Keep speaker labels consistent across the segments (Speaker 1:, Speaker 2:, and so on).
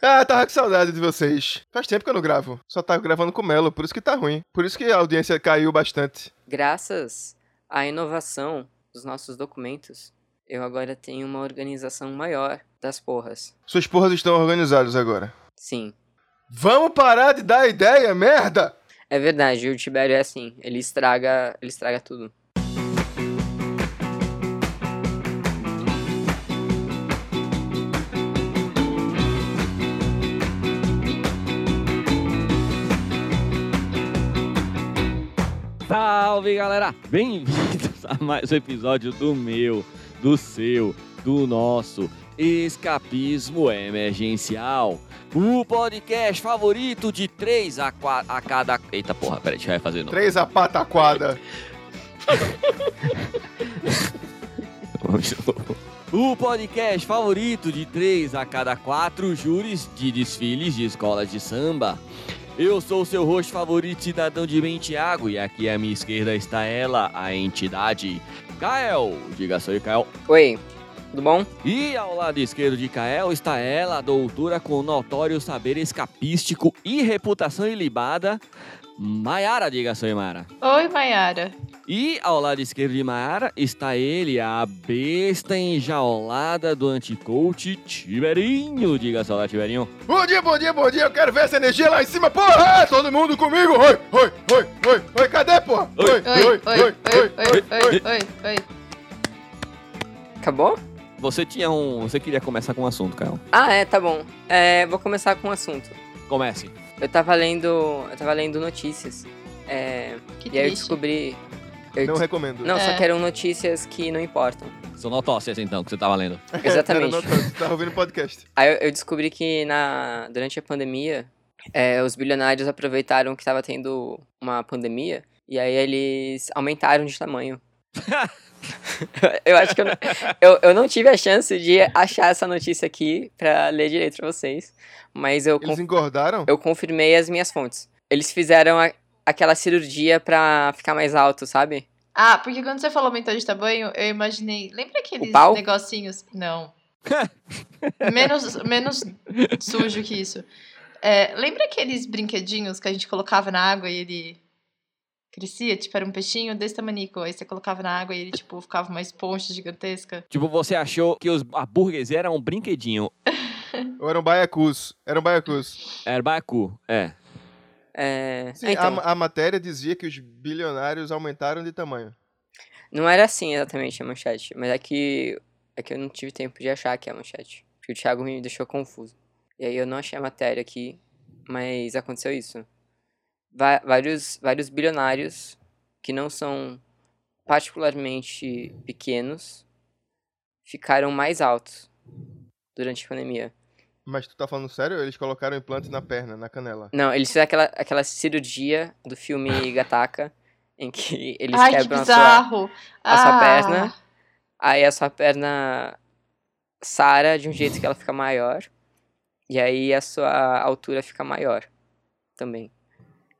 Speaker 1: Ah, tava com saudade de vocês. Faz tempo que eu não gravo. Só tava gravando com o Melo, por isso que tá ruim. Por isso que a audiência caiu bastante.
Speaker 2: Graças à inovação dos nossos documentos, eu agora tenho uma organização maior das porras.
Speaker 1: Suas porras estão organizadas agora.
Speaker 2: Sim.
Speaker 1: Vamos parar de dar ideia, merda!
Speaker 2: É verdade, o Tibério é assim, ele estraga, ele estraga tudo.
Speaker 3: Salve galera! Bem-vindos a mais um episódio do meu, do seu, do nosso Escapismo Emergencial. O podcast favorito de 3 a, qua- a cada. Eita porra, peraí, deixa eu refazer de novo.
Speaker 1: Três a pataquada.
Speaker 3: Vamos de novo. O podcast favorito de 3 a cada 4 júris de desfiles de escolas de samba. Eu sou o seu host favorito, cidadão de bem, Thiago, e aqui à minha esquerda está ela, a entidade Kael. Diga só aí, Kael.
Speaker 2: Oi, tudo bom?
Speaker 3: E ao lado esquerdo de Kael está ela, a doutora com notório saber escapístico e reputação ilibada, Maiara, diga só aí, Mara.
Speaker 4: Oi, Mayara.
Speaker 3: E ao lado esquerdo de Mara está ele, a besta enjaulada do anticoach Tiberinho. Diga só lá, Tiberinho.
Speaker 1: Bom dia, bom dia, bom dia. Eu quero ver essa energia lá em cima, porra! Todo mundo comigo! Oi, oi, oi, oi, oi, cadê, porra?
Speaker 3: Oi,
Speaker 4: Oi, oi, oi, oi, oi, oi, oi, oi.
Speaker 2: Acabou?
Speaker 3: Você tinha um. Você queria começar com um assunto, Caio.
Speaker 2: Ah, é, tá bom. É, vou começar com um assunto.
Speaker 3: Comece.
Speaker 2: Eu tava lendo, eu tava lendo notícias. É,
Speaker 4: Que
Speaker 2: e aí eu
Speaker 4: triste.
Speaker 2: descobri. eu
Speaker 1: Não
Speaker 2: des-
Speaker 1: recomendo.
Speaker 2: não, só
Speaker 4: É.
Speaker 2: que eram notícias que não importam.
Speaker 3: São notócias então que você tava lendo.
Speaker 2: Exatamente.
Speaker 1: Não, não, tá- Tava ouvindo podcast.
Speaker 2: Aí eu- eu descobri que na, durante a pandemia, é, os bilionários aproveitaram que estava tendo uma pandemia e aí eles aumentaram de tamanho. eu acho que eu, não- eu, eu não tive a chance de achar essa notícia aqui pra ler direito pra vocês, mas eu,
Speaker 1: Eles
Speaker 2: con-
Speaker 1: engordaram?
Speaker 2: eu confirmei as minhas fontes. Eles fizeram a- aquela cirurgia pra ficar mais alto, sabe?
Speaker 4: Ah, porque quando você falou aumentar de tamanho, eu imaginei. Lembra aqueles
Speaker 2: O pau?
Speaker 4: negocinhos? Não. menos, menos sujo que isso. É, lembra aqueles brinquedinhos que a gente colocava na água e ele crescia? Tipo, era um peixinho desse tamanico. Aí você colocava na água e ele, tipo, ficava uma esponja gigantesca.
Speaker 3: Tipo, você achou que os hambúrgueres eram um brinquedinho.
Speaker 1: Ou um eram baiacus? Eram baiacus.
Speaker 3: Era Baku. É.
Speaker 2: É,
Speaker 1: Sim,
Speaker 2: é, então,
Speaker 1: a, a matéria dizia que os bilionários aumentaram de tamanho.
Speaker 2: Não era assim exatamente a manchete, mas é que, é que eu não tive tempo de achar que é a manchete. Porque o Thiago me deixou confuso. E aí eu não achei a matéria aqui, mas aconteceu isso. Va- vários, vários bilionários que não são particularmente pequenos ficaram mais altos durante a pandemia.
Speaker 1: Mas tu tá falando sério? Eles colocaram implante na perna, na canela.
Speaker 2: Não, eles fizeram aquela, aquela cirurgia do filme Gataca, em que eles
Speaker 4: Ai, que
Speaker 2: quebram a sua,
Speaker 4: bizarro!
Speaker 2: a sua
Speaker 4: Ah.
Speaker 2: perna. Aí a sua perna sara de um jeito que ela fica maior. E aí a sua altura fica maior também.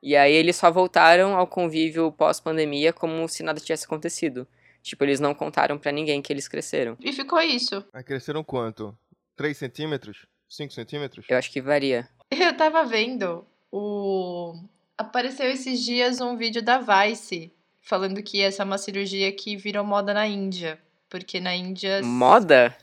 Speaker 2: E aí eles só voltaram ao convívio pós-pandemia como se nada tivesse acontecido. Tipo, eles não contaram pra ninguém que eles cresceram.
Speaker 4: E ficou isso.
Speaker 1: Aí cresceram quanto? 3 centímetros? 5 centímetros?
Speaker 2: Eu acho que varia.
Speaker 4: Eu tava vendo o. Apareceu esses dias um vídeo da Vice falando que essa é uma cirurgia que virou moda na Índia. Porque na Índia.
Speaker 2: Moda?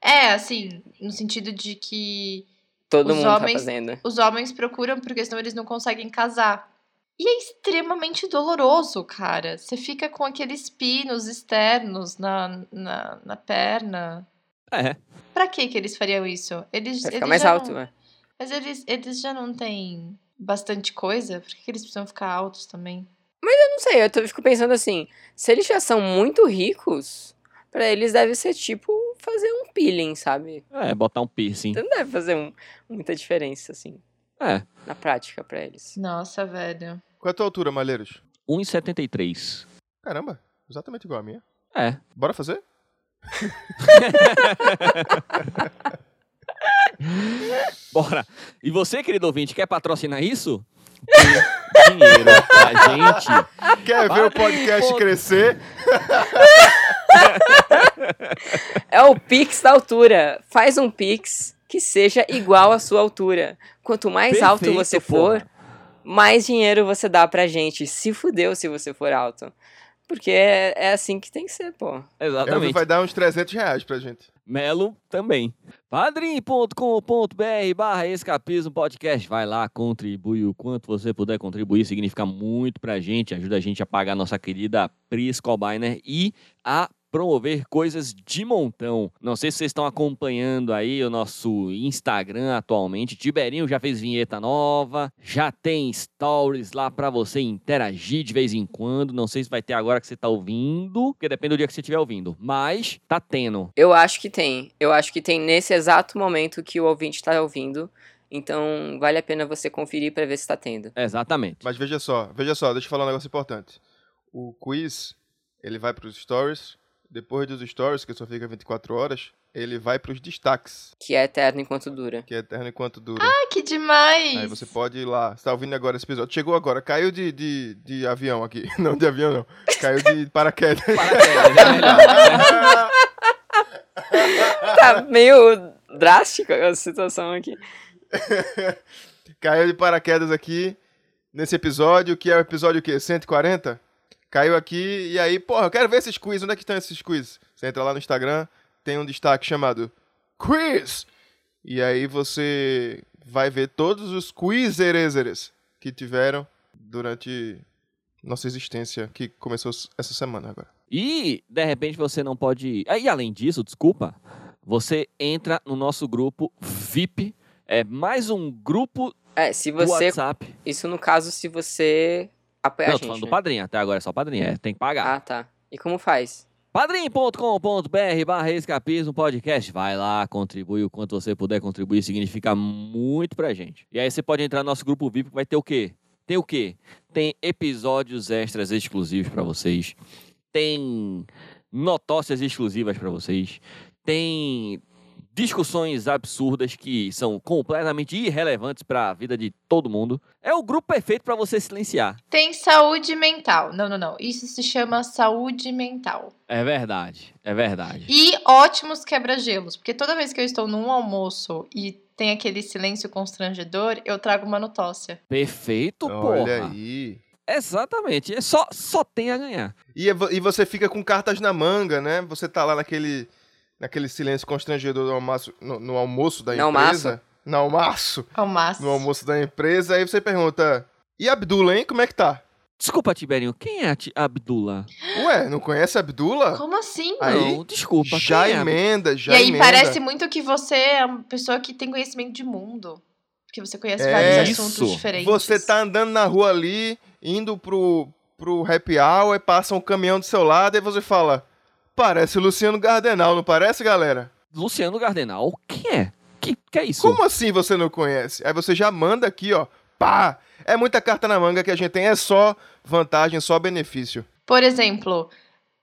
Speaker 4: É, assim, no sentido de que
Speaker 2: Todo
Speaker 4: Os
Speaker 2: mundo tá
Speaker 4: homens-
Speaker 2: fazendo.
Speaker 4: os homens procuram porque senão eles não conseguem casar. E é extremamente doloroso, cara. Você fica com aqueles pinos externos na, na, na perna.
Speaker 3: É.
Speaker 4: Pra que que eles fariam isso? Eles,
Speaker 2: Vai ficar
Speaker 4: eles
Speaker 2: mais
Speaker 4: já
Speaker 2: alto,
Speaker 4: não-
Speaker 2: né?
Speaker 4: Mas eles, eles já não têm bastante coisa? Por que, que eles precisam ficar altos também?
Speaker 2: Eu não sei, eu tô- fico pensando assim, se eles já são muito ricos, pra eles deve ser tipo fazer um peeling, sabe?
Speaker 3: É, botar um piercing.
Speaker 2: Não deve fazer um- muita diferença, assim,
Speaker 3: É.
Speaker 2: na prática pra eles.
Speaker 4: Nossa, velho.
Speaker 1: Qual é a tua altura, Malheiros?
Speaker 3: 1,73.
Speaker 1: Caramba, exatamente igual a minha.
Speaker 3: É.
Speaker 1: Bora fazer?
Speaker 3: Bora. E você, querido ouvinte, quer patrocinar isso? Tem dinheiro pra gente.
Speaker 1: Quer ver o
Speaker 3: Para,
Speaker 1: podcast
Speaker 3: pô.
Speaker 1: crescer?
Speaker 2: É o Pix da altura. Faz um Pix que seja igual à sua altura. Quanto É mais alto
Speaker 3: Perfeito,
Speaker 2: você
Speaker 3: porra.
Speaker 2: for, mais dinheiro você dá pra gente. Se fudeu se você for alto. Porque é, é assim que tem que ser, pô.
Speaker 3: Exatamente.
Speaker 1: vai dar uns 300 reais pra gente.
Speaker 3: Melo também. padrim.com.br barra escapismo podcast. Vai lá, contribui o quanto você puder contribuir. Significa muito pra gente. Ajuda a gente a pagar a nossa querida Pris Colbiner e a promover coisas de montão. Não sei se vocês estão acompanhando aí o nosso Instagram atualmente. Tiberinho já fez vinheta nova, já tem stories lá pra você interagir de vez em quando. Não sei se vai ter agora que você tá ouvindo, porque depende do dia que você estiver ouvindo, mas tá tendo.
Speaker 2: Eu acho que tem. Eu acho que tem nesse exato momento que o ouvinte tá ouvindo. Então, vale a pena você conferir pra ver se tá tendo.
Speaker 3: Exatamente.
Speaker 1: Mas veja só, veja só, deixa eu falar um negócio importante. O quiz, ele vai pros stories. Depois dos stories, que só fica 24 horas, ele vai pros destaques,
Speaker 2: Que é eterno enquanto dura.
Speaker 1: que é eterno enquanto dura.
Speaker 4: Ai, que demais!
Speaker 1: Aí você pode ir lá. Você tá ouvindo agora esse episódio. Chegou agora, caiu de, de, de avião aqui. Não, de avião não. Caiu de paraquedas.
Speaker 3: Paraquedas, é melhor.
Speaker 2: Tá meio drástica a situação aqui.
Speaker 1: caiu de paraquedas aqui nesse episódio, que é o episódio o quê? 140? Caiu aqui e aí, porra, eu quero ver esses quiz. Onde é que estão esses quiz? Você entra lá no Instagram, tem um destaque chamado Quiz! E aí você vai ver todos os quizerezeres que tiveram durante nossa existência, que começou essa semana agora.
Speaker 3: E, de repente, você não pode ir. Ah, E, além disso, desculpa, você entra no nosso grupo VIP. É mais um grupo
Speaker 2: É, se
Speaker 3: do
Speaker 2: você.
Speaker 3: WhatsApp.
Speaker 2: Isso no caso, se você apoiar
Speaker 3: não,
Speaker 2: a
Speaker 3: tô
Speaker 2: gente.
Speaker 3: falando do
Speaker 2: né?
Speaker 3: padrinho. Até agora é só padrinho. É, tem que pagar.
Speaker 2: Ah, tá. E como faz?
Speaker 3: padrim.com.br barra escapismo podcast. Vai lá, contribui o quanto você puder contribuir. Significa muito pra gente. E aí você pode entrar no nosso grupo VIP. que Vai ter o quê? Tem o quê? Tem episódios extras exclusivos pra vocês. Tem notócias exclusivas pra vocês. Tem discussões absurdas que são completamente irrelevantes pra vida de todo mundo. É o grupo perfeito pra você silenciar.
Speaker 4: Tem saúde mental. Não, não, não. Isso se chama saúde mental.
Speaker 3: É verdade, é verdade.
Speaker 4: E ótimos quebra-gelos. Porque toda vez que eu estou num almoço e tem aquele silêncio constrangedor, eu trago uma notócia.
Speaker 3: Perfeito, porra.
Speaker 1: Olha aí.
Speaker 3: Exatamente. É só, só tem a ganhar.
Speaker 1: E, é vo- e você fica com cartas na manga, né? Você tá lá naquele, naquele silêncio constrangedor do almoço, no, no almoço da
Speaker 2: No
Speaker 1: empresa. No almoço.
Speaker 4: Ao máximo.
Speaker 1: No almoço da empresa. Aí você pergunta, e Abdullah, hein? Como é que tá?
Speaker 3: Desculpa, Tiberinho, quem é a Ti- Abdullah?
Speaker 1: Ué, não conhece Abdullah?
Speaker 4: Como assim?
Speaker 1: Aí,
Speaker 3: não, desculpa.
Speaker 1: já
Speaker 3: quem é?
Speaker 1: emenda, já
Speaker 4: e aí
Speaker 1: emenda.
Speaker 4: parece muito que você é uma pessoa que tem conhecimento de mundo. Porque você conhece
Speaker 1: É
Speaker 4: vários
Speaker 3: isso.
Speaker 4: assuntos diferentes.
Speaker 1: Você tá andando na rua ali, indo pro, pro happy hour, e passa um caminhão do seu lado, e você fala, parece Luciano Gardenal, não parece, galera?
Speaker 3: Luciano Gardenal, quem é? Que, que é isso?
Speaker 1: Como assim você não conhece? Aí você já manda aqui, ó. Pá! É muita carta na manga que a gente tem, é só vantagem, só benefício.
Speaker 4: Por exemplo,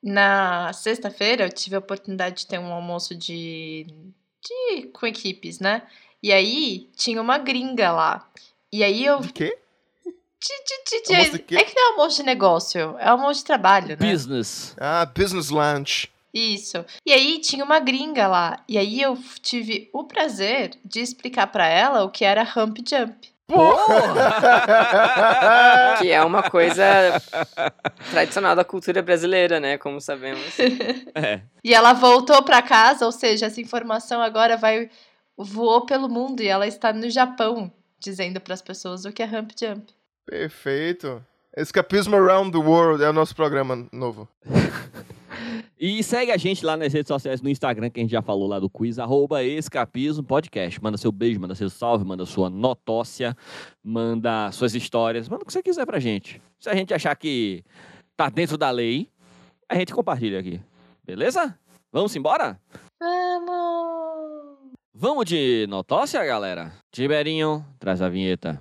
Speaker 4: na sexta-feira eu tive a oportunidade de ter um almoço de, de com equipes, né? E aí tinha uma gringa lá. E aí eu.
Speaker 1: De quê?
Speaker 4: Ti, ti, ti, ti,
Speaker 1: Hum. Almoço de quê?
Speaker 4: é que não é almoço de negócio, é almoço de trabalho, né?
Speaker 3: Business.
Speaker 1: Ah, business lunch.
Speaker 4: Isso. E aí tinha uma gringa lá. E aí eu f- tive o prazer de explicar pra ela o que era hump jump.
Speaker 3: Porra!
Speaker 2: Que é uma coisa tradicional da cultura brasileira, né? Como sabemos.
Speaker 3: é.
Speaker 4: E ela voltou pra casa, ou seja, essa informação agora vai voou pelo mundo e ela está no Japão dizendo pras pessoas o que é hump jump.
Speaker 1: Perfeito. Escapismo Around the World é o nosso programa novo.
Speaker 3: E segue a gente lá nas redes sociais, no Instagram, que a gente já falou lá do quiz, arroba escapismo podcast. Manda seu beijo, manda seu salve, manda sua notócia, manda suas histórias, manda o que você quiser pra gente. Se a gente achar que tá dentro da lei, a gente compartilha aqui. Beleza? Vamos embora?
Speaker 4: Vamos!
Speaker 3: Vamos de notócia, galera? Tiberinho, traz a vinheta.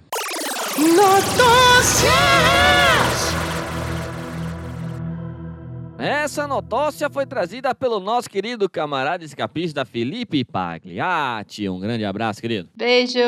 Speaker 3: Essa notócia foi trazida pelo nosso querido camarada escapista Felipe Pagliatti. Um grande abraço, querido.
Speaker 4: Beijo!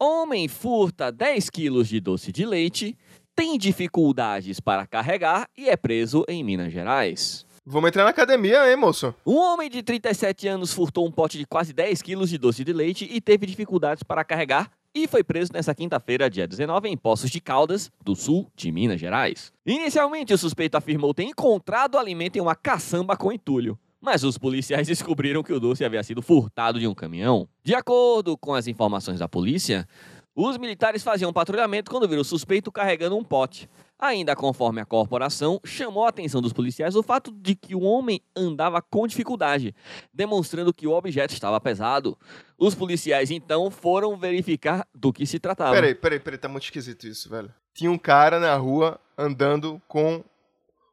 Speaker 3: Homem furta 10 quilos de doce de leite, tem dificuldades para carregar e é preso em Minas Gerais.
Speaker 1: Vamos entrar na academia, hein, moço?
Speaker 3: Um homem de 37 anos furtou um pote de quase 10 quilos de doce de leite e teve dificuldades para carregar e foi preso nesta quinta-feira, dia 19, em Poços de Caldas, do sul de Minas Gerais. Inicialmente, o suspeito afirmou ter encontrado alimento em uma caçamba com entulho. Mas os policiais descobriram que o doce havia sido furtado de um caminhão. De acordo com as informações da polícia, os militares faziam patrulhamento quando viram o suspeito carregando um pote. Ainda conforme a corporação, chamou a atenção dos policiais o fato de que o homem andava com dificuldade, demonstrando que o objeto estava pesado. Os policiais então foram verificar do que se tratava.
Speaker 1: Peraí, peraí, peraí, tá muito esquisito isso, velho. Tinha um cara na rua andando com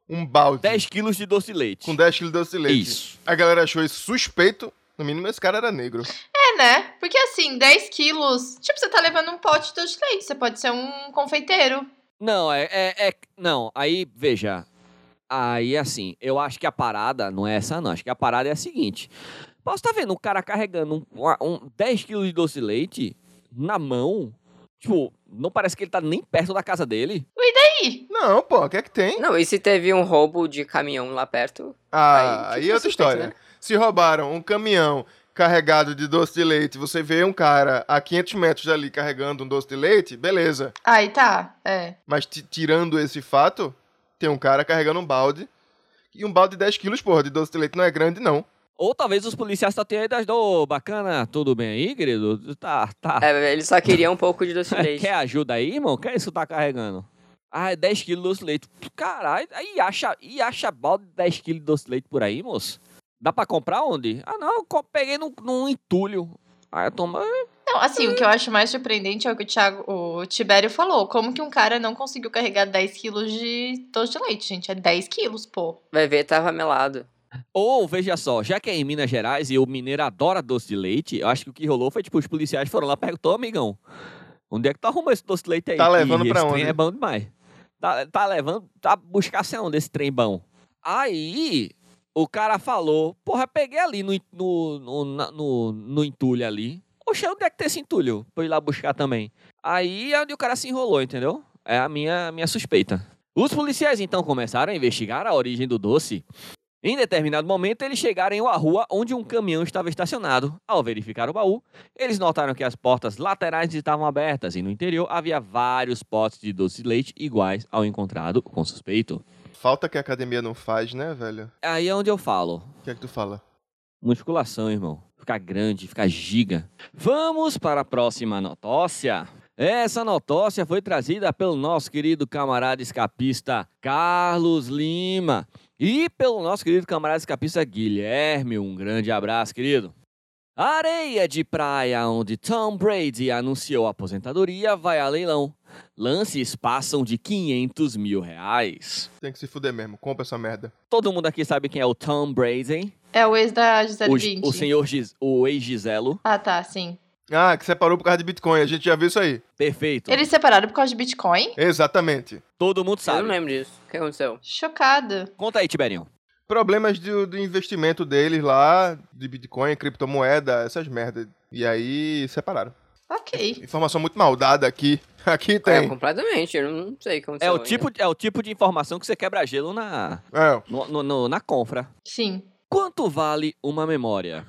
Speaker 1: um balde.
Speaker 3: 10 quilos de doce de leite.
Speaker 1: Com 10 quilos de doce de leite.
Speaker 3: Isso.
Speaker 1: A galera achou isso suspeito. No mínimo, esse cara era negro.
Speaker 4: É, né? Porque assim, 10 quilos. Tipo, você tá levando um pote de doce de leite. Você pode ser um confeiteiro.
Speaker 3: Não, é, é, é- Não, aí, veja. Aí, assim, eu acho que a parada não é essa, não. Acho que a parada é a seguinte. Posso estar vendo um cara carregando um, uma- um 10 quilos de doce de leite na mão? Tipo, não parece que ele tá nem perto da casa dele.
Speaker 4: Aí,
Speaker 1: Não, pô, o que é que tem?
Speaker 2: Não, e se teve um roubo de caminhão lá perto?
Speaker 1: Ah,
Speaker 2: Aí,
Speaker 1: aí,
Speaker 2: tipo,
Speaker 1: é outra
Speaker 2: suspeito,
Speaker 1: história.
Speaker 2: né?
Speaker 1: Se roubaram um caminhão carregado de doce de leite, você vê um cara a 500 metros dali carregando um doce de leite, beleza.
Speaker 4: aí tá. É.
Speaker 1: Mas ti- tirando esse fato, tem um cara carregando um balde. E um balde de 10 quilos, porra, de doce de leite não é grande, não.
Speaker 3: Ou talvez os policiais só tenham ido ajudar. Ô, bacana, tudo bem aí, querido? Tá, tá.
Speaker 2: É, ele só queria um pouco de doce de leite.
Speaker 3: Quer ajuda aí, irmão? Quer isso que tá carregando? Ah, é 10 quilos de doce de leite. Caralho, aí acha, e acha balde de 10 quilos de doce de leite por aí, moço? Dá pra comprar onde? Ah, não, eu co- peguei num, num entulho. Ah, toma.
Speaker 4: Não, assim, o que eu acho mais surpreendente é o que o Thiago, o Tibério falou. Como que um cara não conseguiu carregar 10 quilos de doce de leite, gente? É 10 quilos, pô.
Speaker 2: Vai ver, tava melado.
Speaker 3: Ou, veja só, já que é em Minas Gerais e o mineiro adora doce de leite, eu acho que o que rolou foi, tipo, os policiais foram lá e perguntou, amigão, onde é que tu arrumou esse doce de leite aí?
Speaker 1: Tá
Speaker 3: Que
Speaker 1: levando pra
Speaker 3: esse
Speaker 1: onde?
Speaker 3: trem é bom demais. Tá, tá levando, tá buscar se onde esse trem é bom. Aí, o cara falou, porra, peguei ali no, no, no, na- no, no entulho ali. Oxe, onde é que tem esse entulho? Pra eu ir lá buscar também. Aí é onde o cara se enrolou, entendeu? É a minha, a minha suspeita. Os policiais então começaram a investigar a origem do doce. Em determinado momento, eles chegaram em uma rua onde um caminhão estava estacionado. Ao verificar o baú, eles notaram que as portas laterais estavam abertas e no interior havia vários potes de doce de leite iguais ao encontrado com o suspeito.
Speaker 1: Falta que a academia não faz, né, velho?
Speaker 3: Aí é onde eu falo.
Speaker 1: O que é que tu fala?
Speaker 3: Musculação, irmão. Ficar grande, ficar giga. Vamos para a próxima notócia. Essa notócia foi trazida pelo nosso querido camarada escapista Carlos Lima e pelo nosso querido camarada escapista Guilherme. Um grande abraço, querido. A areia de praia onde Tom Brady anunciou a aposentadoria vai a leilão. Lances passam de 500 mil reais.
Speaker 1: Tem que se fuder mesmo, compra essa merda.
Speaker 3: Todo mundo aqui sabe quem é o Tom Brady, hein?
Speaker 4: É o ex da Gisele
Speaker 3: o,
Speaker 4: Bündchen.
Speaker 3: o senhor Gis, o ex-Giselo.
Speaker 4: Ah, tá, sim.
Speaker 1: Ah, que separou por causa de Bitcoin, a gente já viu isso aí.
Speaker 3: Perfeito.
Speaker 4: Eles separaram por causa de Bitcoin?
Speaker 1: Exatamente.
Speaker 3: Todo mundo
Speaker 2: Eu não
Speaker 3: sabe.
Speaker 2: lembro disso. O que aconteceu?
Speaker 4: Chocada.
Speaker 3: Conta aí, Tiberinho.
Speaker 1: Problemas do, do investimento deles lá, de Bitcoin, criptomoeda, essas merdas. E aí, separaram.
Speaker 4: Ok.
Speaker 1: Informação muito maldada aqui. Aqui
Speaker 2: É,
Speaker 1: tem.
Speaker 2: completamente. Eu não sei o que
Speaker 3: É
Speaker 2: aconteceu.
Speaker 3: o, tipo, é o tipo de informação que você quebra gelo na,
Speaker 1: É,
Speaker 3: no- no- no- na confra.
Speaker 4: Sim.
Speaker 3: Quanto vale uma memória?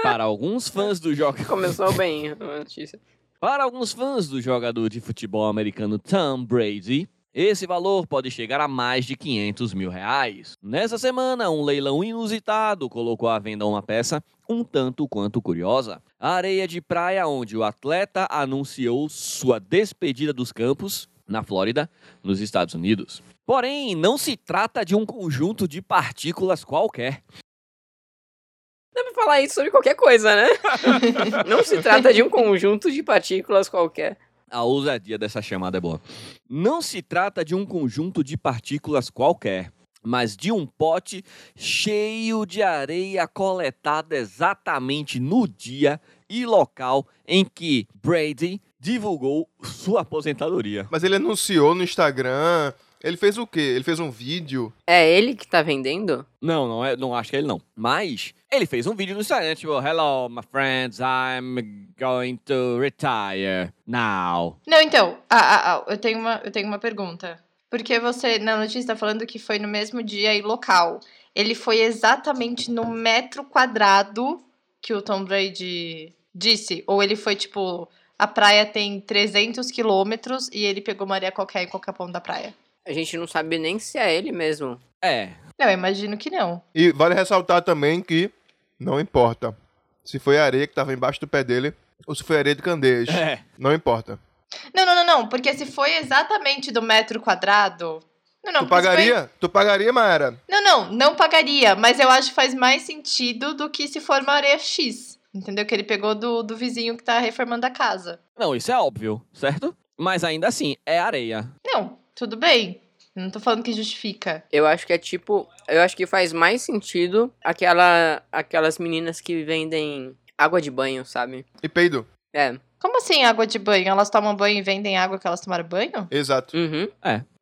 Speaker 3: Para alguns fãs do jogo.
Speaker 2: Começou bem a notícia.
Speaker 3: Para alguns fãs do jogador de futebol americano Tom Brady, esse valor pode chegar a mais de 500 mil reais. Nessa semana, um leilão inusitado colocou à venda uma peça um tanto quanto curiosa. A areia de praia onde o atleta anunciou sua despedida dos campos, na Flórida, nos Estados Unidos. Porém, não se trata de um conjunto de partículas qualquer.
Speaker 2: Dá pra falar isso sobre qualquer coisa, né? não se trata de um conjunto de partículas qualquer.
Speaker 3: A ousadia dessa chamada é boa. Não se trata de um conjunto de partículas qualquer, mas de um pote cheio de areia coletada exatamente no dia e local em que Brady divulgou sua aposentadoria.
Speaker 1: Mas ele anunciou no Instagram. Ele fez o quê? Ele fez um vídeo.
Speaker 2: É ele que tá vendendo?
Speaker 3: Não, não é, não acho que é ele não. Mas ele fez um vídeo no Instagram, tipo, Hello, my friends, I'm going to retire now.
Speaker 4: Não, então, ah, ah, ah, eu, tenho uma, eu tenho uma pergunta. Porque você, na notícia, está falando que foi no mesmo dia e local. Ele foi exatamente no metro quadrado que o Tom Brady disse. Ou ele foi tipo: a praia tem 300 quilômetros e ele pegou Maria qualquer em qualquer ponto da praia.
Speaker 2: A gente não sabe nem se é ele mesmo.
Speaker 3: É.
Speaker 4: Não, eu imagino que não.
Speaker 1: E vale ressaltar também que não importa se foi a areia que tava embaixo do pé dele ou se foi a areia de candeias.
Speaker 3: É.
Speaker 1: Não importa.
Speaker 4: Não, não, não, não. Porque se foi exatamente do metro quadrado. Não, não,
Speaker 1: tu
Speaker 4: porque se foi-
Speaker 1: pagaria? Tu pagaria, Mayara?
Speaker 4: Não, não, não pagaria, mas eu acho que faz mais sentido do que se for uma areia X. Entendeu? Que ele pegou do, do vizinho que tá reformando a casa.
Speaker 3: Não, isso é óbvio, certo? Mas ainda assim, é areia.
Speaker 4: Não, tudo bem. Não tô falando que justifica.
Speaker 2: Eu acho que é tipo. Eu acho que faz mais sentido aquela, aquelas meninas que vendem água de banho, sabe?
Speaker 1: E peido.
Speaker 2: É.
Speaker 4: Como assim água de banho? Elas tomam banho e vendem água que elas tomaram banho?
Speaker 1: Exato.
Speaker 2: Uhum.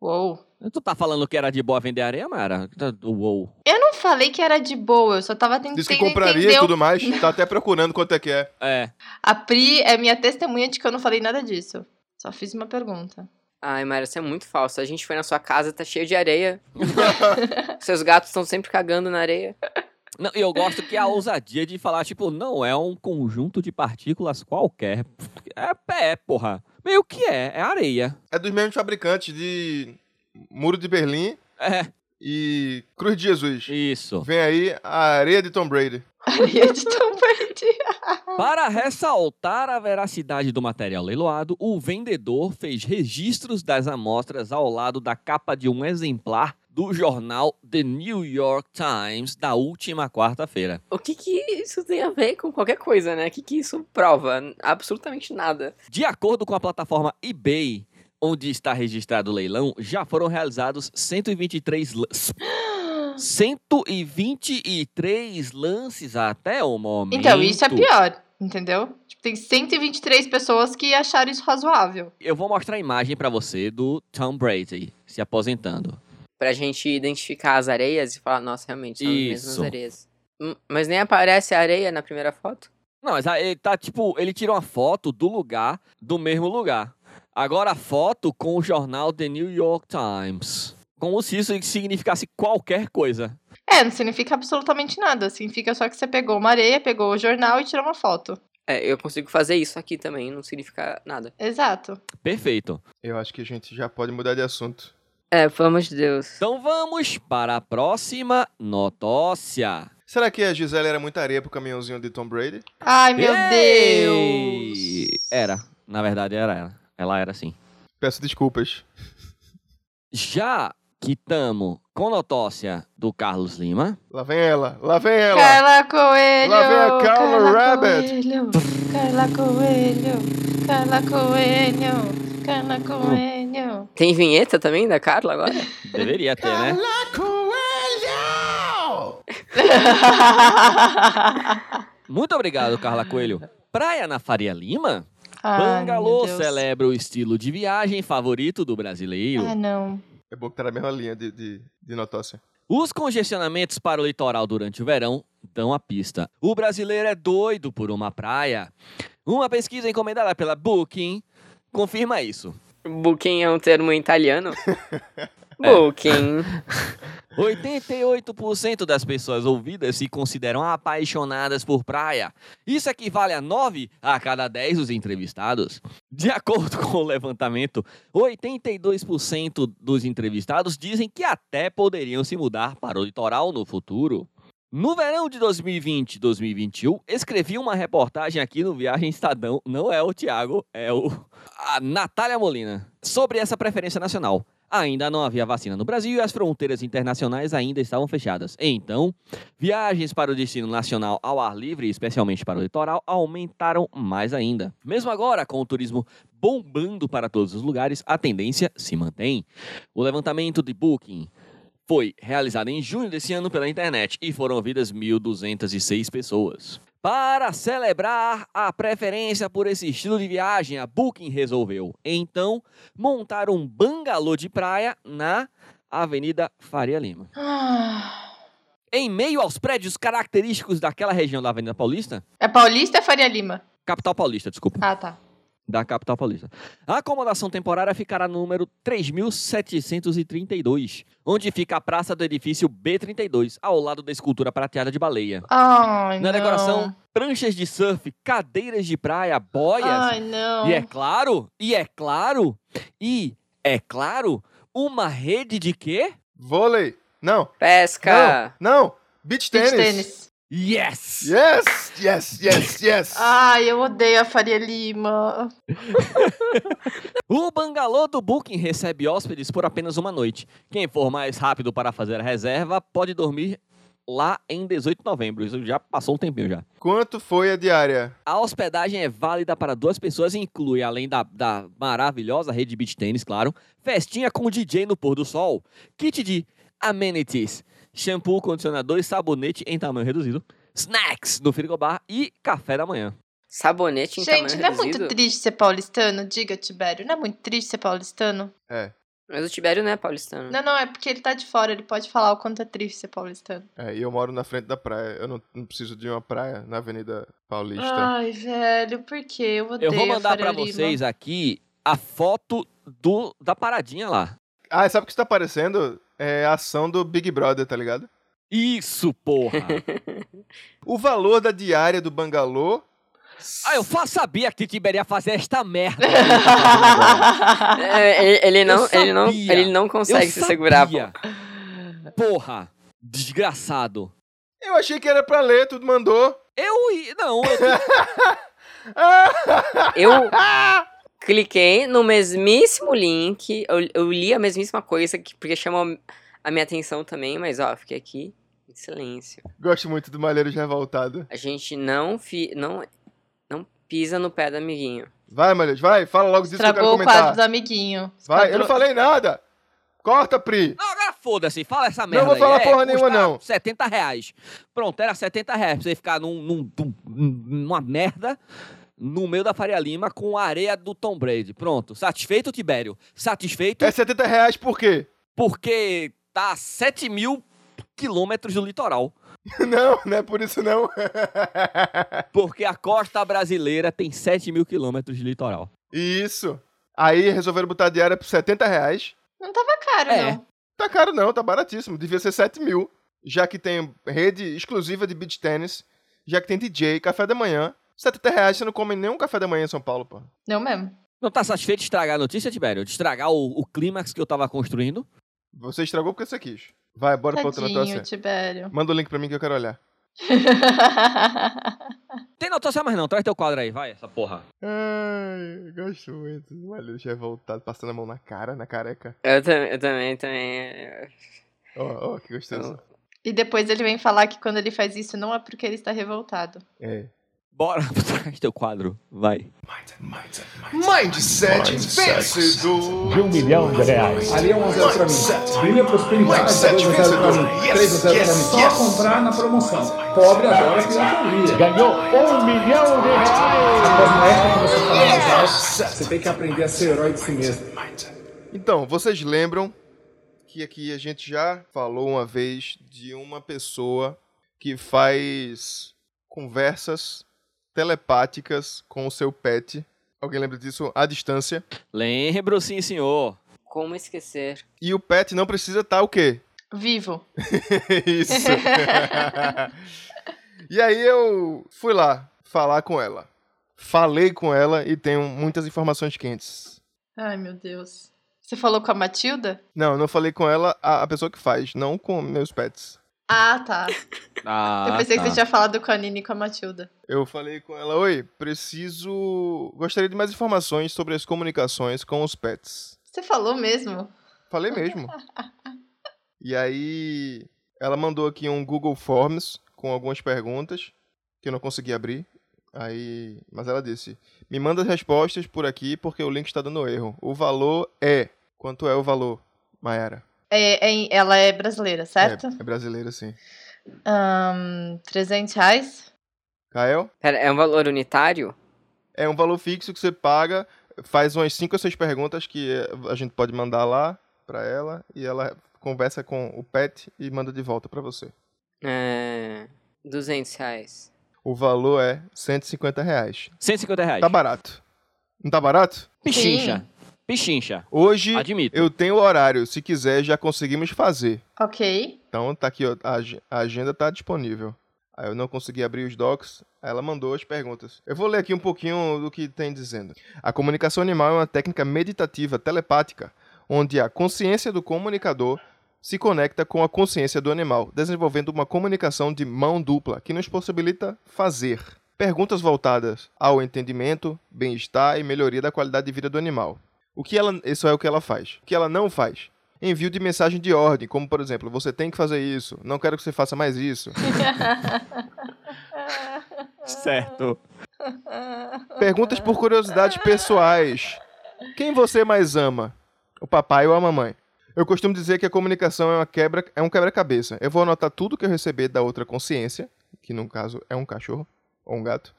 Speaker 4: Uou.
Speaker 3: Tu tá falando que era de boa vender areia, Mara? Tá- Uou.
Speaker 4: Eu não falei que era de boa, eu só tava tentando
Speaker 1: Diz que compraria
Speaker 4: entender.
Speaker 1: e
Speaker 4: o-
Speaker 1: tudo mais. Tá até procurando quanto é que é.
Speaker 3: É.
Speaker 4: A Pri é minha testemunha de que eu não falei nada disso. Só fiz uma pergunta.
Speaker 2: Ai, Mara, você é muito falsa. A gente foi na sua casa, tá cheio de areia. Seus gatos estão sempre cagando na areia.
Speaker 3: Não, eu gosto que é a ousadia de falar, tipo, não é um conjunto de partículas qualquer. É pé, porra. Meio que é, é areia.
Speaker 1: É dos mesmos fabricantes de Muro de Berlim
Speaker 3: É,
Speaker 1: e Cruz de Jesus.
Speaker 3: isso.
Speaker 1: Vem aí a areia de Tom Brady.
Speaker 4: Areia de Tom Brady.
Speaker 3: Para ressaltar a veracidade do material leiloado, o vendedor fez registros das amostras ao lado da capa de um exemplar do jornal The New York Times da última quarta-feira.
Speaker 2: O que que isso tem a ver com qualquer coisa, né? O que que isso prova? Absolutamente nada.
Speaker 3: De acordo com a plataforma eBay, onde está registrado o leilão, já foram realizados 123 lances. 123 lances até o momento.
Speaker 4: Então, isso é pior, entendeu? Tipo, tem 123 pessoas que acharam isso razoável.
Speaker 3: Eu vou mostrar a imagem pra você do Tom Brady se aposentando.
Speaker 2: Pra gente identificar as areias e falar, nossa, realmente, são as
Speaker 3: Isso.
Speaker 2: mesmas areias. Hum, Mas nem aparece a areia na primeira foto?
Speaker 3: Não, mas aí ele tá tipo, ele tirou uma foto do lugar, do mesmo lugar. Agora a foto com o jornal The New York Times. Como se isso significasse qualquer coisa.
Speaker 4: É, não significa absolutamente nada. Significa só que você pegou uma areia, pegou o jornal e tirou uma foto.
Speaker 2: É, eu consigo fazer isso aqui também, não significa nada.
Speaker 4: Exato.
Speaker 3: Perfeito.
Speaker 1: Eu acho que a gente já pode mudar de assunto.
Speaker 2: É, pelo amor de Deus.
Speaker 3: Então vamos para a próxima notócia.
Speaker 1: Será que a Gisele era muita areia pro caminhãozinho de Tom Brady?
Speaker 4: Ai, meu
Speaker 3: Ei!
Speaker 4: Deus.
Speaker 3: Era, na verdade era ela. Ela era assim.
Speaker 1: Peço desculpas.
Speaker 3: Já que estamos com notócia do Carlos Lima,
Speaker 1: Lá vem ela, lá vem ela.
Speaker 4: Carla Coelho!
Speaker 1: Lá vem a Carla Rabbit.
Speaker 4: Coelho, Carla Coelho! Carla Coelho! Carla Coelho!
Speaker 2: Tem vinheta também da Carla agora?
Speaker 3: deveria ter,
Speaker 1: tá
Speaker 3: né?
Speaker 1: Coelho!
Speaker 3: Muito obrigado, Carla Coelho. Praia na Faria Lima?
Speaker 4: Ai,
Speaker 3: Bangalô
Speaker 4: meu Deus.
Speaker 3: celebra o estilo de viagem favorito do brasileiro.
Speaker 4: Ah, não.
Speaker 1: É bom que tá na mesma linha de, de, de notócia.
Speaker 3: Os congestionamentos para o litoral durante o verão dão a pista. O brasileiro é doido por uma praia. Uma pesquisa encomendada pela Booking confirma isso.
Speaker 2: Booking é um termo italiano?
Speaker 4: É.
Speaker 2: Booking.
Speaker 3: 88% das pessoas ouvidas se consideram apaixonadas por praia. Isso equivale a 9 a cada 10 dos entrevistados. De acordo com o levantamento, 82% dos entrevistados dizem que até poderiam se mudar para o litoral no futuro. No verão de 2020 e 2021, escrevi uma reportagem aqui no Viagem Estadão, não é o Tiago, é o a Natália Molina, sobre essa preferência nacional. Ainda não havia vacina no Brasil e as fronteiras internacionais ainda estavam fechadas. Então, viagens para o destino nacional ao ar livre, especialmente para o litoral, aumentaram mais ainda. Mesmo agora, com o turismo bombando para todos os lugares, a tendência se mantém. O levantamento de Booking foi realizado em junho desse ano pela internet e foram ouvidas 1.206 pessoas. Para celebrar a preferência por esse estilo de viagem, a Booking resolveu, então, montar um bangalô de praia na Avenida Faria Lima.
Speaker 4: Ah.
Speaker 3: Em meio aos prédios característicos daquela região da Avenida Paulista,
Speaker 4: É Paulista ou é Faria Lima?
Speaker 3: capital paulista, desculpa,
Speaker 4: Ah, tá.
Speaker 3: da capital paulista. A acomodação temporária ficará no número 3732, onde fica a praça do edifício B32, ao lado da escultura prateada de baleia.
Speaker 4: Ai,
Speaker 3: Na
Speaker 4: não.
Speaker 3: é decoração, pranchas de surf, cadeiras de praia, boias,
Speaker 4: Ai, não.
Speaker 3: e é claro, e é claro, e é claro, uma rede de quê?
Speaker 1: Vôlei. Não.
Speaker 2: Pesca!
Speaker 1: Não. Não. Beach
Speaker 4: Beach
Speaker 1: tênis.
Speaker 4: tênis.
Speaker 3: Yes!
Speaker 1: Yes, yes, yes, yes.
Speaker 4: Ai, eu odeio a Faria Lima.
Speaker 3: O bangalô do Booking recebe hóspedes por apenas uma noite. Quem for mais rápido para fazer a reserva pode dormir lá em 18 de novembro. Isso já passou um tempinho já.
Speaker 1: Quanto foi a diária?
Speaker 3: A hospedagem é válida para duas pessoas e inclui, além da, da maravilhosa rede de beach tênis, claro, festinha com DJ no pôr do sol, kit de amenities, shampoo, condicionador e sabonete em tamanho reduzido, snacks no frigobar e café da manhã.
Speaker 2: Sabonete
Speaker 1: tá
Speaker 2: em
Speaker 4: Gente,
Speaker 2: tamanho
Speaker 4: não é
Speaker 2: reduzido.
Speaker 4: muito triste ser paulistano? Diga, Tibério. Não é muito triste ser paulistano?
Speaker 1: É,
Speaker 2: Mas o Tibério não é
Speaker 1: Hum.
Speaker 2: paulistano.
Speaker 4: Não, não, é porque ele tá de fora. Ele pode falar o quanto é triste ser paulistano.
Speaker 1: é, e eu moro na frente da praia. Eu não, não preciso de uma praia na Avenida Paulista.
Speaker 4: Ai, velho, por quê? Eu odeio
Speaker 3: Eu vou
Speaker 4: a
Speaker 3: mandar
Speaker 4: Faria
Speaker 3: para
Speaker 4: Lima.
Speaker 3: vocês aqui a foto do, da paradinha lá.
Speaker 1: Ah, sabe o que está aparecendo? É a ação do Big Brother, tá ligado?
Speaker 3: Isso, porra!
Speaker 1: O valor da diária do bangalô.
Speaker 3: ah, eu fa- sabia que Tiberi ia fazer esta merda.
Speaker 2: É, ele, ele não, ele, não,
Speaker 3: sabia.
Speaker 2: ele não
Speaker 3: Eu
Speaker 2: consegue se
Speaker 3: sabia.
Speaker 2: segurar. pô.
Speaker 3: Porra, desgraçado.
Speaker 1: Eu achei que era pra ler, tu mandou. Ah!
Speaker 3: Eu ia. Não, eu...
Speaker 2: Eu cliquei no mesmíssimo link, eu, eu li a mesmíssima coisa, que, porque chamou a minha atenção também, mas ó, fiquei aqui em silêncio.
Speaker 1: Gosto muito do Malheiros Revoltado.
Speaker 2: A gente não, fi, não, não pisa no pé do amiguinho.
Speaker 1: Vai, Malheiros, vai. Fala logo disso que eu
Speaker 4: Estragou
Speaker 1: quero
Speaker 4: o quadro
Speaker 1: comentar.
Speaker 4: do amiguinho.
Speaker 1: Vai, eu não falei nada. Corta, Pri.
Speaker 3: Não, agora foda-se, fala essa merda.
Speaker 1: vou
Speaker 3: aí.
Speaker 1: falar
Speaker 3: É,
Speaker 1: porra
Speaker 3: custa
Speaker 1: nenhuma, não.
Speaker 3: 70 reais. Pronto, era 70 reais pra você ficar num, num- num- numa merda no meio da Faria Lima com a areia do Tom Brady. Pronto, satisfeito, Tibério? Satisfeito
Speaker 1: É 70 reais por quê?
Speaker 3: porque tá a 7 mil quilômetros do litoral.
Speaker 1: Não, não é por isso não.
Speaker 3: Porque a costa brasileira tem 7 mil quilômetros de litoral.
Speaker 1: Isso. Aí resolveram botar a diária por 70 reais.
Speaker 4: Não tava caro,
Speaker 3: É.
Speaker 4: não.
Speaker 1: Tá caro não, tá baratíssimo. Devia ser 7 mil. Já que tem rede exclusiva de beach tênis, já que tem DJ, café da manhã. 70 reais você não come nenhum café da manhã em São Paulo, pô.
Speaker 4: Não mesmo.
Speaker 3: Não tá satisfeito de estragar a notícia, Tibério? De estragar o, o clímax que eu tava construindo?
Speaker 1: Você estragou porque você quis. Vai, bora pra outra
Speaker 4: Tadinho,
Speaker 1: notícia.
Speaker 4: Tibério.
Speaker 1: Manda o link pra mim que eu quero olhar.
Speaker 3: Tem notícia mais não, traz teu quadro aí, vai, essa porra.
Speaker 1: Ai, eu gosto muito. Olha, deixa eu voltar, passando a mão na cara, na careca.
Speaker 2: Eu, tam- eu também, também. é,
Speaker 1: Ó, ó, que gostoso.
Speaker 4: e depois ele vem falar que quando ele faz isso não é porque ele está revoltado.
Speaker 1: É.
Speaker 3: Bora, traz teu quadro, vai.
Speaker 1: Mindset vencedor.
Speaker 5: de um milhão de reais.
Speaker 6: Ali é 1 a 0 pra mim. Brilha prosperidade, 2 a 0 um pra mim. 3 a 0 pra mim. Só comprar na promoção. Pobre adora filosofia.
Speaker 5: Ganhou um milhão de reais.
Speaker 6: Mas não é quando você fala mais alto. Você tem que aprender a ser herói de si mesmo.
Speaker 1: Então, vocês lembram que aqui a gente já falou uma vez de uma pessoa que faz conversas telepáticas com o seu pet. Alguém lembra disso? À distância.
Speaker 3: Lembro sim, senhor.
Speaker 2: Como esquecer?
Speaker 1: E o pet não precisa estar o quê?
Speaker 4: Vivo.
Speaker 1: Isso. e aí eu fui lá falar com ela. Falei com ela e tenho muitas informações quentes.
Speaker 4: Ai, meu Deus. Você falou com a Matilda?
Speaker 1: Não, não falei com ela, a, a pessoa que faz, não com meus pets.
Speaker 4: Ah, tá.
Speaker 3: Ah,
Speaker 4: eu pensei
Speaker 3: tá.
Speaker 4: que você tinha falado com a Nini e com a Matilda.
Speaker 1: Eu falei com ela, oi, preciso. Gostaria de mais informações sobre as comunicações com os pets.
Speaker 4: Você falou mesmo?
Speaker 1: Falei mesmo. e aí, ela mandou aqui um Google Forms com algumas perguntas que eu não consegui abrir. Aí, mas ela disse: "Me manda as respostas por aqui porque o link está dando erro. O valor é quanto é o valor, Mayara?
Speaker 4: É, é- ela é brasileira, certo?
Speaker 1: É, é brasileiro sim. É.
Speaker 4: Ahn, 300 reais?
Speaker 1: Kael,
Speaker 2: Pera, é um valor unitário?
Speaker 1: é um valor fixo que você paga, faz umas 5 ou 6 perguntas que eh, a gente pode mandar lá para ela e ela conversa com o pet e manda de volta para você.
Speaker 2: É. 200 reais.
Speaker 1: O valor é 150 reais.
Speaker 3: 150 reais.
Speaker 1: Tá barato. Não tá barato?
Speaker 3: Pichincha. Pichincha.
Speaker 1: Hoje
Speaker 3: Admito.
Speaker 1: eu tenho o horário. Se quiser, já conseguimos fazer.
Speaker 4: Ok.
Speaker 1: Então tá aqui, ó, a, ag- a agenda tá disponível. Aí eu não consegui abrir os docs, aí ela mandou as perguntas. Eu vou ler aqui um pouquinho do que tem dizendo. A comunicação animal é uma técnica meditativa telepática, onde a consciência do comunicador se conecta com a consciência do animal, desenvolvendo uma comunicação de mão dupla que nos possibilita fazer perguntas voltadas ao entendimento, bem-estar e melhoria da qualidade de vida do animal. O que ela, isso é o que ela faz. O que ela não faz? envio de mensagem de ordem, como por exemplo, você tem que fazer isso, não quero que você faça mais isso.
Speaker 3: Certo.
Speaker 1: Perguntas por curiosidades pessoais. Quem você mais ama? O papai ou a mamãe? Eu costumo dizer que a comunicação é uma quebra, é um quebra-cabeça. Eu vou anotar tudo que eu receber da outra consciência, que no caso é um cachorro ou um gato.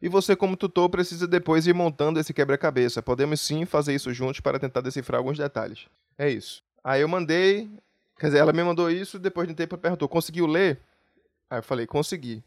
Speaker 1: E você, como tutor, precisa depois ir montando esse quebra-cabeça. Podemos sim fazer isso juntos para tentar decifrar alguns detalhes. É isso. Aí eu mandei. Quer dizer, ela me mandou isso, depois de um tempo ela perguntou: conseguiu ler? Aí eu falei: consegui.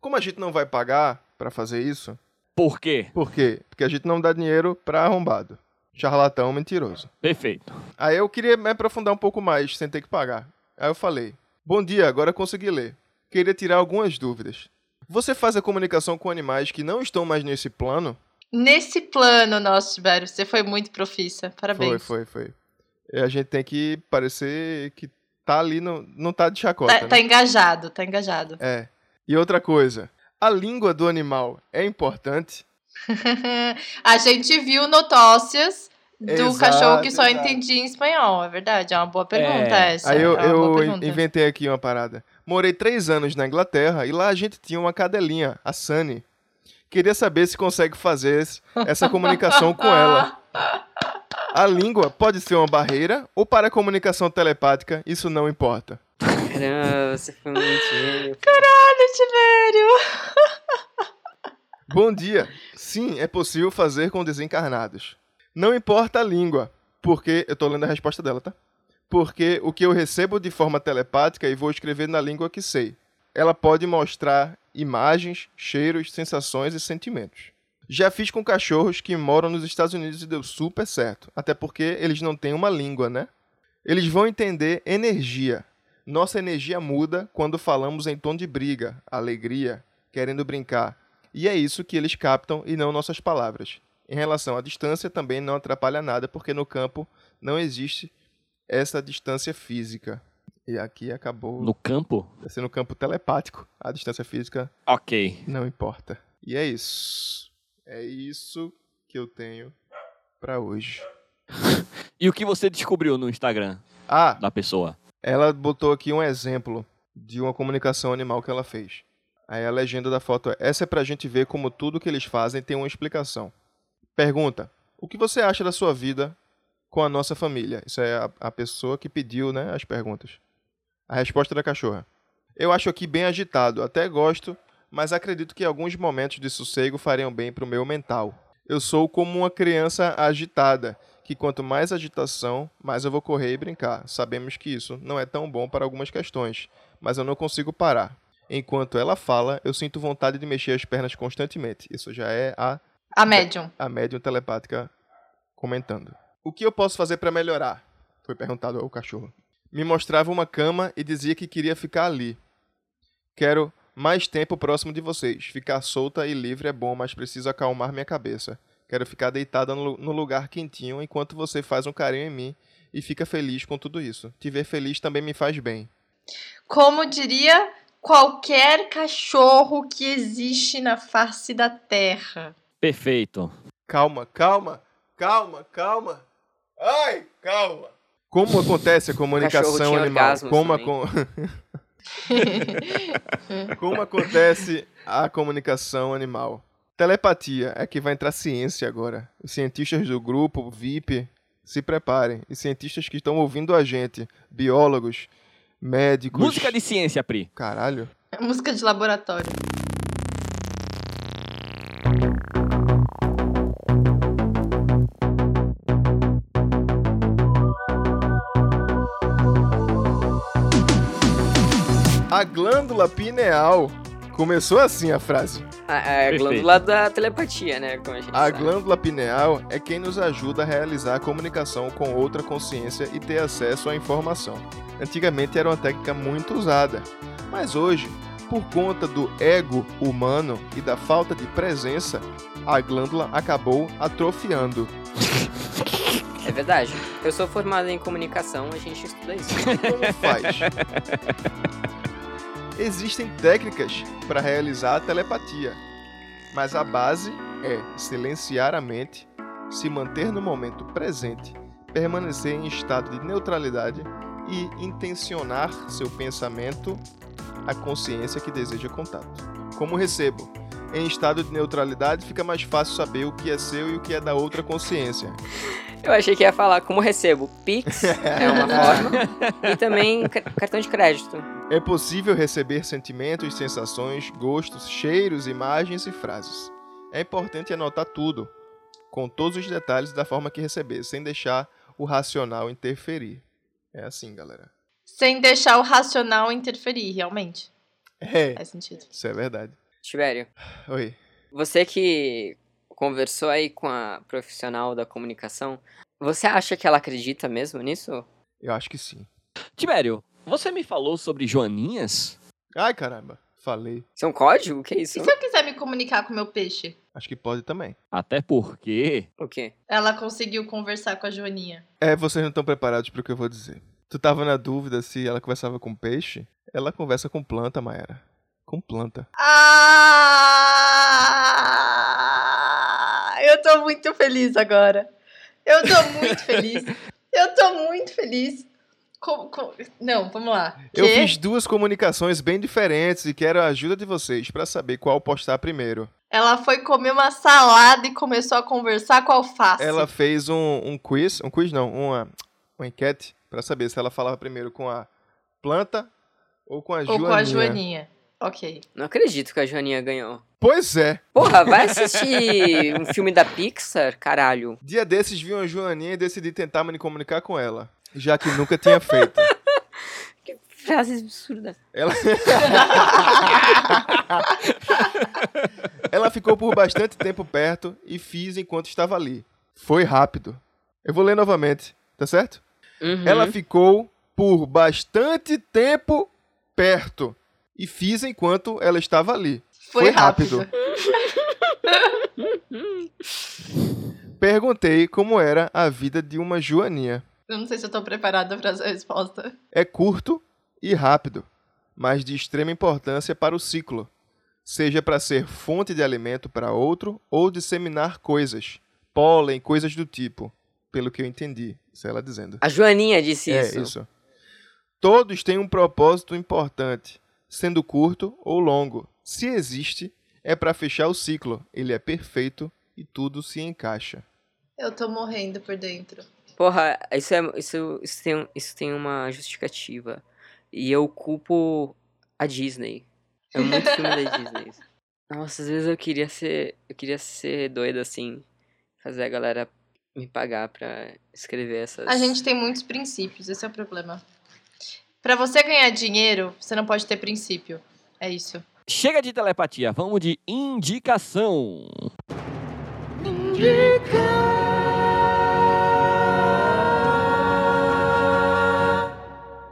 Speaker 1: Como a gente não vai pagar para fazer isso,
Speaker 3: Por quê?
Speaker 1: por quê? Porque a gente não dá dinheiro pra arrombado. Charlatão mentiroso.
Speaker 3: Perfeito.
Speaker 1: Aí eu queria me aprofundar um pouco mais, sem ter que pagar. Aí eu falei: Bom dia, agora consegui ler. Queria tirar algumas dúvidas. Você faz a comunicação com animais que não estão mais nesse plano?
Speaker 4: Nesse plano nosso, Tibério, você foi muito profissa.
Speaker 1: Foi,
Speaker 4: Parabéns.
Speaker 1: foi, foi. E a gente tem que parecer que tá ali, no, não tá de chacota.
Speaker 4: Tá,
Speaker 1: né?
Speaker 4: tá engajado, tá engajado.
Speaker 1: É. E outra coisa: a língua do animal é importante?
Speaker 4: a gente viu notócias do
Speaker 1: Exato,
Speaker 4: cachorro que só
Speaker 1: exato.
Speaker 4: entendia em espanhol, é verdade. É uma boa pergunta
Speaker 3: É,
Speaker 4: essa.
Speaker 1: Aí eu,
Speaker 4: é uma
Speaker 1: eu
Speaker 4: boa
Speaker 1: in-
Speaker 4: pergunta.
Speaker 1: inventei aqui uma parada. Morei três anos na Inglaterra e lá a gente tinha uma cadelinha, a Sunny. Queria saber se consegue fazer esse- essa comunicação um com ela. A língua pode ser uma barreira ou para a comunicação telepática, isso não importa.
Speaker 2: Caramba, você foi um muito gênio.
Speaker 4: Olha, Tibério.
Speaker 1: Bom dia. Sim, é possível fazer com desencarnados. Não importa a língua, porque eu tô lendo a resposta dela, tá? Porque o que eu recebo de forma telepática e vou escrever na língua que sei. Ela pode mostrar imagens, cheiros, sensações e sentimentos. Já fiz com cachorros que moram nos Estados Unidos e deu super certo, até porque eles não têm uma língua, né? Eles vão entender energia. Nossa energia muda quando falamos em tom de briga, alegria, querendo brincar, e é isso que eles captam e não nossas palavras. Em relação à distância, também não atrapalha nada, porque no campo não existe essa distância física. E aqui acabou
Speaker 3: No campo?
Speaker 1: Tá sendo campo telepático. A distância física
Speaker 3: Ok.
Speaker 1: não importa. E é isso. É isso que eu tenho pra hoje.
Speaker 3: E o que você descobriu no Instagram
Speaker 1: Ah,
Speaker 3: da pessoa?
Speaker 1: ela botou aqui um exemplo de uma comunicação animal que ela fez. Aí a legenda da foto é: Essa é pra gente ver como tudo que eles fazem tem uma explicação. Pergunta: O que você acha da sua vida com a nossa família? Isso é a, a pessoa que pediu né, as perguntas. A resposta da cachorra: Eu acho aqui bem agitado, até gosto, mas acredito que alguns momentos de sossego fariam bem pro meu mental. Eu sou como uma criança agitada que quanto mais agitação, mais eu vou correr e brincar. Sabemos que isso não é tão bom para algumas questões, mas eu não consigo parar. Enquanto ela fala, eu sinto vontade de mexer as pernas constantemente. Isso já é a,
Speaker 4: Ah, A médium.
Speaker 1: a médium telepática comentando. O que eu posso fazer para melhorar? Foi perguntado ao cachorro. Me mostrava uma cama e dizia que queria ficar ali. Quero mais tempo próximo de vocês. Ficar solta e livre é bom, mas preciso acalmar minha cabeça. Quero ficar deitada no, no lugar quentinho enquanto você faz um carinho em mim e fica feliz com tudo isso. Te ver feliz também me faz bem.
Speaker 4: Como diria qualquer cachorro que existe na face da terra.
Speaker 3: Perfeito.
Speaker 1: Calma, calma, calma, calma. Ai, calma. Como acontece a comunicação
Speaker 2: cachorro tinha
Speaker 1: animal?
Speaker 2: orgasmos
Speaker 1: Como, a con- Como acontece a comunicação animal? Telepatia é que vai entrar ciência agora. Os cientistas do grupo VIP se preparem. E cientistas que estão ouvindo a gente, biólogos, médicos.
Speaker 3: Música de ciência, Pri.
Speaker 1: Caralho.
Speaker 4: É Música de laboratório.
Speaker 1: A glândula pineal. Começou assim a frase.
Speaker 2: A, a
Speaker 7: Perfeito.
Speaker 2: glândula da telepatia, né? Como a gente
Speaker 1: A
Speaker 2: sabe.
Speaker 1: glândula pineal é quem nos ajuda a realizar a comunicação com outra consciência e ter acesso à informação. Antigamente era uma técnica muito usada, mas hoje, por conta do ego humano e da falta de presença, a glândula acabou atrofiando.
Speaker 2: É verdade. Eu sou formado em comunicação, a gente estuda isso.
Speaker 1: Como faz? Existem técnicas para realizar a telepatia, mas a base é silenciar a mente, se manter no momento presente, permanecer em estado de neutralidade e intencionar seu pensamento à consciência que deseja contato. Como recebo? Em estado de neutralidade fica mais fácil saber o que é seu e o que é da outra consciência.
Speaker 2: Eu achei que ia falar como recebo. Pix é uma forma. e também ca- cartão de crédito.
Speaker 1: É possível receber sentimentos, sensações, gostos, cheiros, imagens e frases. É importante anotar tudo, com todos os detalhes da forma que receber, sem deixar o racional interferir. É assim, galera.
Speaker 4: Sem deixar o racional interferir, realmente.
Speaker 1: É,
Speaker 4: Faz sentido.
Speaker 1: isso é verdade.
Speaker 2: Tibério,
Speaker 1: Oi.
Speaker 2: você que conversou aí com a profissional da comunicação, você acha que ela acredita mesmo nisso?
Speaker 1: Eu acho que sim.
Speaker 3: Tibério, você me falou sobre joaninhas?
Speaker 1: Ai, caramba. Falei.
Speaker 2: Isso é um código? O que é isso?
Speaker 4: E se eu quiser me comunicar com o meu peixe?
Speaker 1: Acho que pode também.
Speaker 3: Até porque...
Speaker 2: O quê?
Speaker 4: Ela conseguiu conversar com a Joaninha.
Speaker 1: É, vocês não estão preparados para o que eu vou dizer. Tu tava na dúvida se ela conversava com peixe? Ela conversa com planta, Mayara. Com planta.
Speaker 4: Ah! Eu tô muito feliz agora. Eu tô muito feliz. Eu tô muito feliz. Com- com- Não, vamos lá.
Speaker 1: Eu
Speaker 4: Quê?
Speaker 1: fiz duas comunicações bem diferentes e quero a ajuda de vocês pra saber qual postar primeiro.
Speaker 4: Ela foi comer uma salada e começou a conversar com a alface.
Speaker 1: Ela fez um, um quiz, um quiz não, uma, uma enquete pra saber se ela falava primeiro com a planta ou com a
Speaker 4: Ou
Speaker 1: Joaninha.
Speaker 4: com a Joaninha. Ok.
Speaker 2: Não acredito que a Joaninha ganhou.
Speaker 1: Pois é.
Speaker 2: Porra, vai assistir um filme da Pixar, caralho.
Speaker 1: Dia desses vi uma Joaninha e decidi tentar me comunicar com ela, já que nunca tinha feito.
Speaker 2: Frases absurdas.
Speaker 1: Ela... Ela ficou por bastante tempo perto e fiz enquanto estava ali. Foi rápido. Eu vou ler novamente, tá certo?
Speaker 2: Uhum.
Speaker 1: Ela ficou por bastante tempo perto e fiz enquanto ela estava ali.
Speaker 4: Foi,
Speaker 1: Foi
Speaker 4: rápido.
Speaker 1: rápido. Perguntei como era a vida de uma joaninha.
Speaker 4: Eu não sei se eu tô preparada pra essa resposta.
Speaker 1: É curto e rápido, mas de extrema importância para o ciclo, seja para ser fonte de alimento para outro ou disseminar coisas, pólen, coisas do tipo, pelo que eu entendi, isso é ela dizendo.
Speaker 2: A Joaninha disse
Speaker 1: É,
Speaker 2: isso.
Speaker 1: isso. Todos têm um propósito importante, sendo curto ou longo. Se existe, é para fechar o ciclo. Ele é perfeito e tudo se encaixa.
Speaker 4: Eu tô morrendo por dentro.
Speaker 2: Porra, isso, é, isso, isso, tem, isso tem uma justificativa. E eu culpo a Disney. É muito filme da Disney. isso. Nossa, às vezes eu queria ser. Eu queria ser doido assim. Fazer a galera me pagar pra escrever essas.
Speaker 4: A gente tem muitos princípios, esse é o problema. Pra você ganhar dinheiro, você não pode ter princípio. É isso.
Speaker 3: Chega de telepatia, vamos de indicação.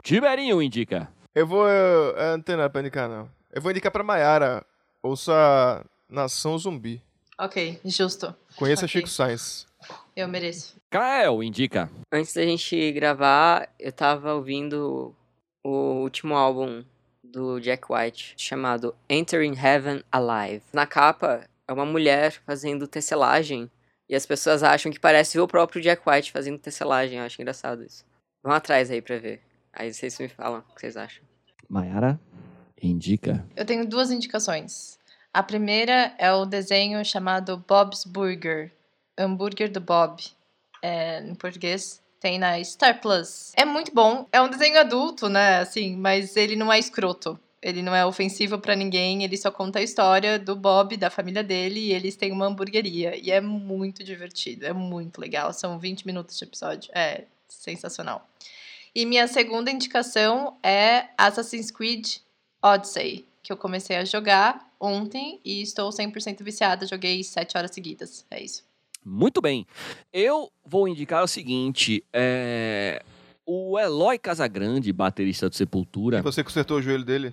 Speaker 3: Tiberinho indica.
Speaker 1: Eu vou. Eu, eu não tenho nada pra indicar, não. Eu vou indicar pra Mayara. Ouça Nação Zumbi.
Speaker 4: Ok, justo.
Speaker 1: Conheça
Speaker 4: Ok.
Speaker 1: Chico Sainz.
Speaker 4: Eu mereço.
Speaker 3: Kael indica.
Speaker 2: Antes da gente gravar, eu tava ouvindo o último álbum do Jack White, chamado Entering Heaven Alive. Na capa, é uma mulher fazendo tecelagem. E as pessoas acham que parece o próprio Jack White fazendo tecelagem. Eu acho engraçado isso. Vão atrás aí pra ver. Aí vocês me falam o que vocês acham.
Speaker 3: Mayara indica.
Speaker 4: Eu tenho duas indicações. A primeira é o desenho chamado Bob's Burger. Hambúrguer do Bob. É, em português. Tem na Star Plus. É muito bom. É um desenho adulto, né? Assim, mas ele não é escroto. Ele não é ofensivo pra ninguém. Ele só conta a história do Bob, da família dele. E eles têm uma hamburgueria. E é muito divertido. É muito legal. São 20 minutos de episódio. É sensacional. E minha segunda indicação é Assassin's Creed Odyssey, que eu comecei a jogar ontem e estou 100% viciada. Joguei 7 horas seguidas. É isso.
Speaker 3: Muito bem. Eu vou indicar o seguinte: é, o Eloy Casagrande, baterista do Sepultura,
Speaker 1: E você consertou o joelho dele?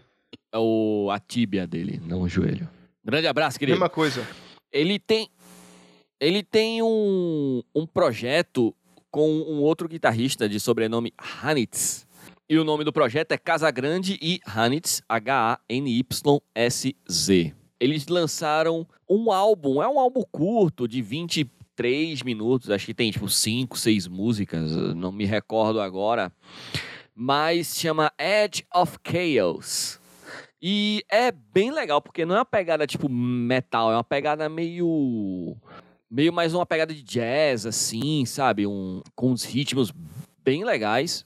Speaker 3: é o, a tíbia dele, não o joelho. Grande abraço, querido.
Speaker 1: Mesma coisa.
Speaker 3: Ele tem. Ele tem um, um projeto com um outro guitarrista de sobrenome Hanitz. E o nome do projeto é Casagrande e Hanitz, H-A-N-Y-S-Z. Eles lançaram um álbum, é um álbum curto, de 23 minutos, acho que tem tipo 5, 6 músicas, não me recordo agora. Mas chama Edge of Chaos. E é bem legal, porque não é uma pegada tipo metal, é uma pegada meio. meio mais uma pegada de jazz, assim, sabe? Um, com uns ritmos bem legais.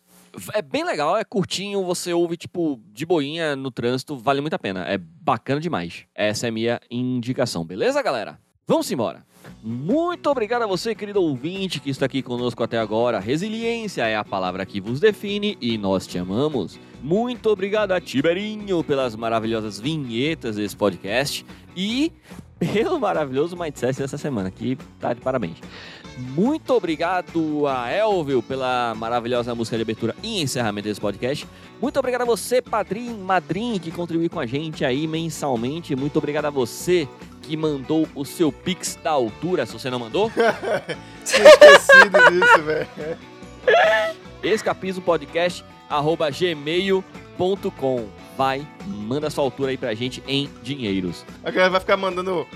Speaker 3: É bem legal, é curtinho, você ouve, tipo, de boinha no trânsito, vale muito a pena. É bacana demais. Essa é a minha indicação, beleza, galera? Vamos embora. Muito obrigado a você, querido ouvinte, que está aqui conosco até agora. Resiliência é a palavra que vos define e nós te amamos. Muito obrigado a Tiberinho pelas maravilhosas vinhetas desse podcast e pelo maravilhoso mindset dessa semana, que tá de parabéns. Muito obrigado a Elvio pela maravilhosa música de abertura e encerramento desse podcast. Muito obrigado a você, padrinho, madrinho, que contribui com a gente aí mensalmente. Muito obrigado a você que mandou o seu Pix da altura, se você não mandou.
Speaker 1: Tinha esquecido disso, velho.
Speaker 3: escapismopodcast.gmail.com Vai, manda sua altura aí pra gente em dinheiros.
Speaker 1: A galera vai ficar mandando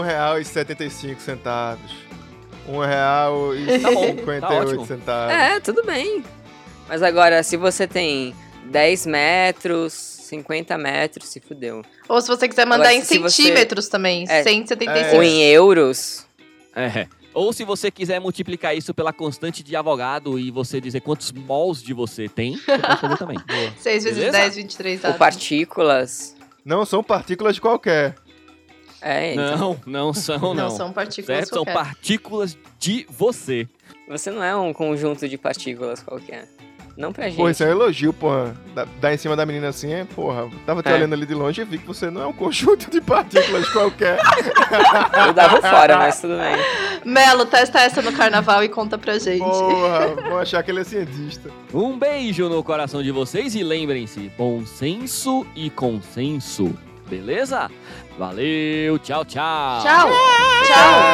Speaker 1: R$1,75.
Speaker 3: Tá bom,
Speaker 1: R$1,58.
Speaker 3: tá ótimo.
Speaker 1: centavos.
Speaker 2: É, tudo bem. Mas agora, se você tem 10 metros, 50 metros, se fudeu.
Speaker 4: Ou se você quiser mandar
Speaker 2: Agora,
Speaker 4: em
Speaker 2: se você-
Speaker 4: centímetros também.
Speaker 2: É. Ou
Speaker 4: 175.
Speaker 2: em euros,
Speaker 3: É. Ou se você quiser multiplicar isso pela constante de avogado e você dizer quantos mols de você tem, você pode fazer também.
Speaker 4: 6 vezes
Speaker 3: Beleza?
Speaker 4: 10, 23
Speaker 3: Tá.
Speaker 2: ou
Speaker 4: dados.
Speaker 2: partículas.
Speaker 1: Não são partículas de qualquer.
Speaker 2: É, então.
Speaker 3: Não, não são, não.
Speaker 4: não, são é. partículas
Speaker 3: certo? São
Speaker 4: qualquer.
Speaker 3: partículas de você.
Speaker 2: Você não é um conjunto de partículas qualquer. Não pra gente.
Speaker 1: Porra, isso é um elogio, porra. Dá, dá em cima da menina assim, é, porra. Tava te
Speaker 2: É.
Speaker 1: olhando ali de longe e vi que você não é um conjunto de partículas qualquer.
Speaker 2: Eu dava fora, mas tudo bem.
Speaker 4: Melo, testa essa no carnaval e conta pra gente.
Speaker 1: Porra, vão achar que ele é cientista.
Speaker 3: Um beijo no coração de vocês e lembrem-se, bom senso e consenso. Beleza? Valeu, tchau, tchau.
Speaker 4: Tchau. tchau.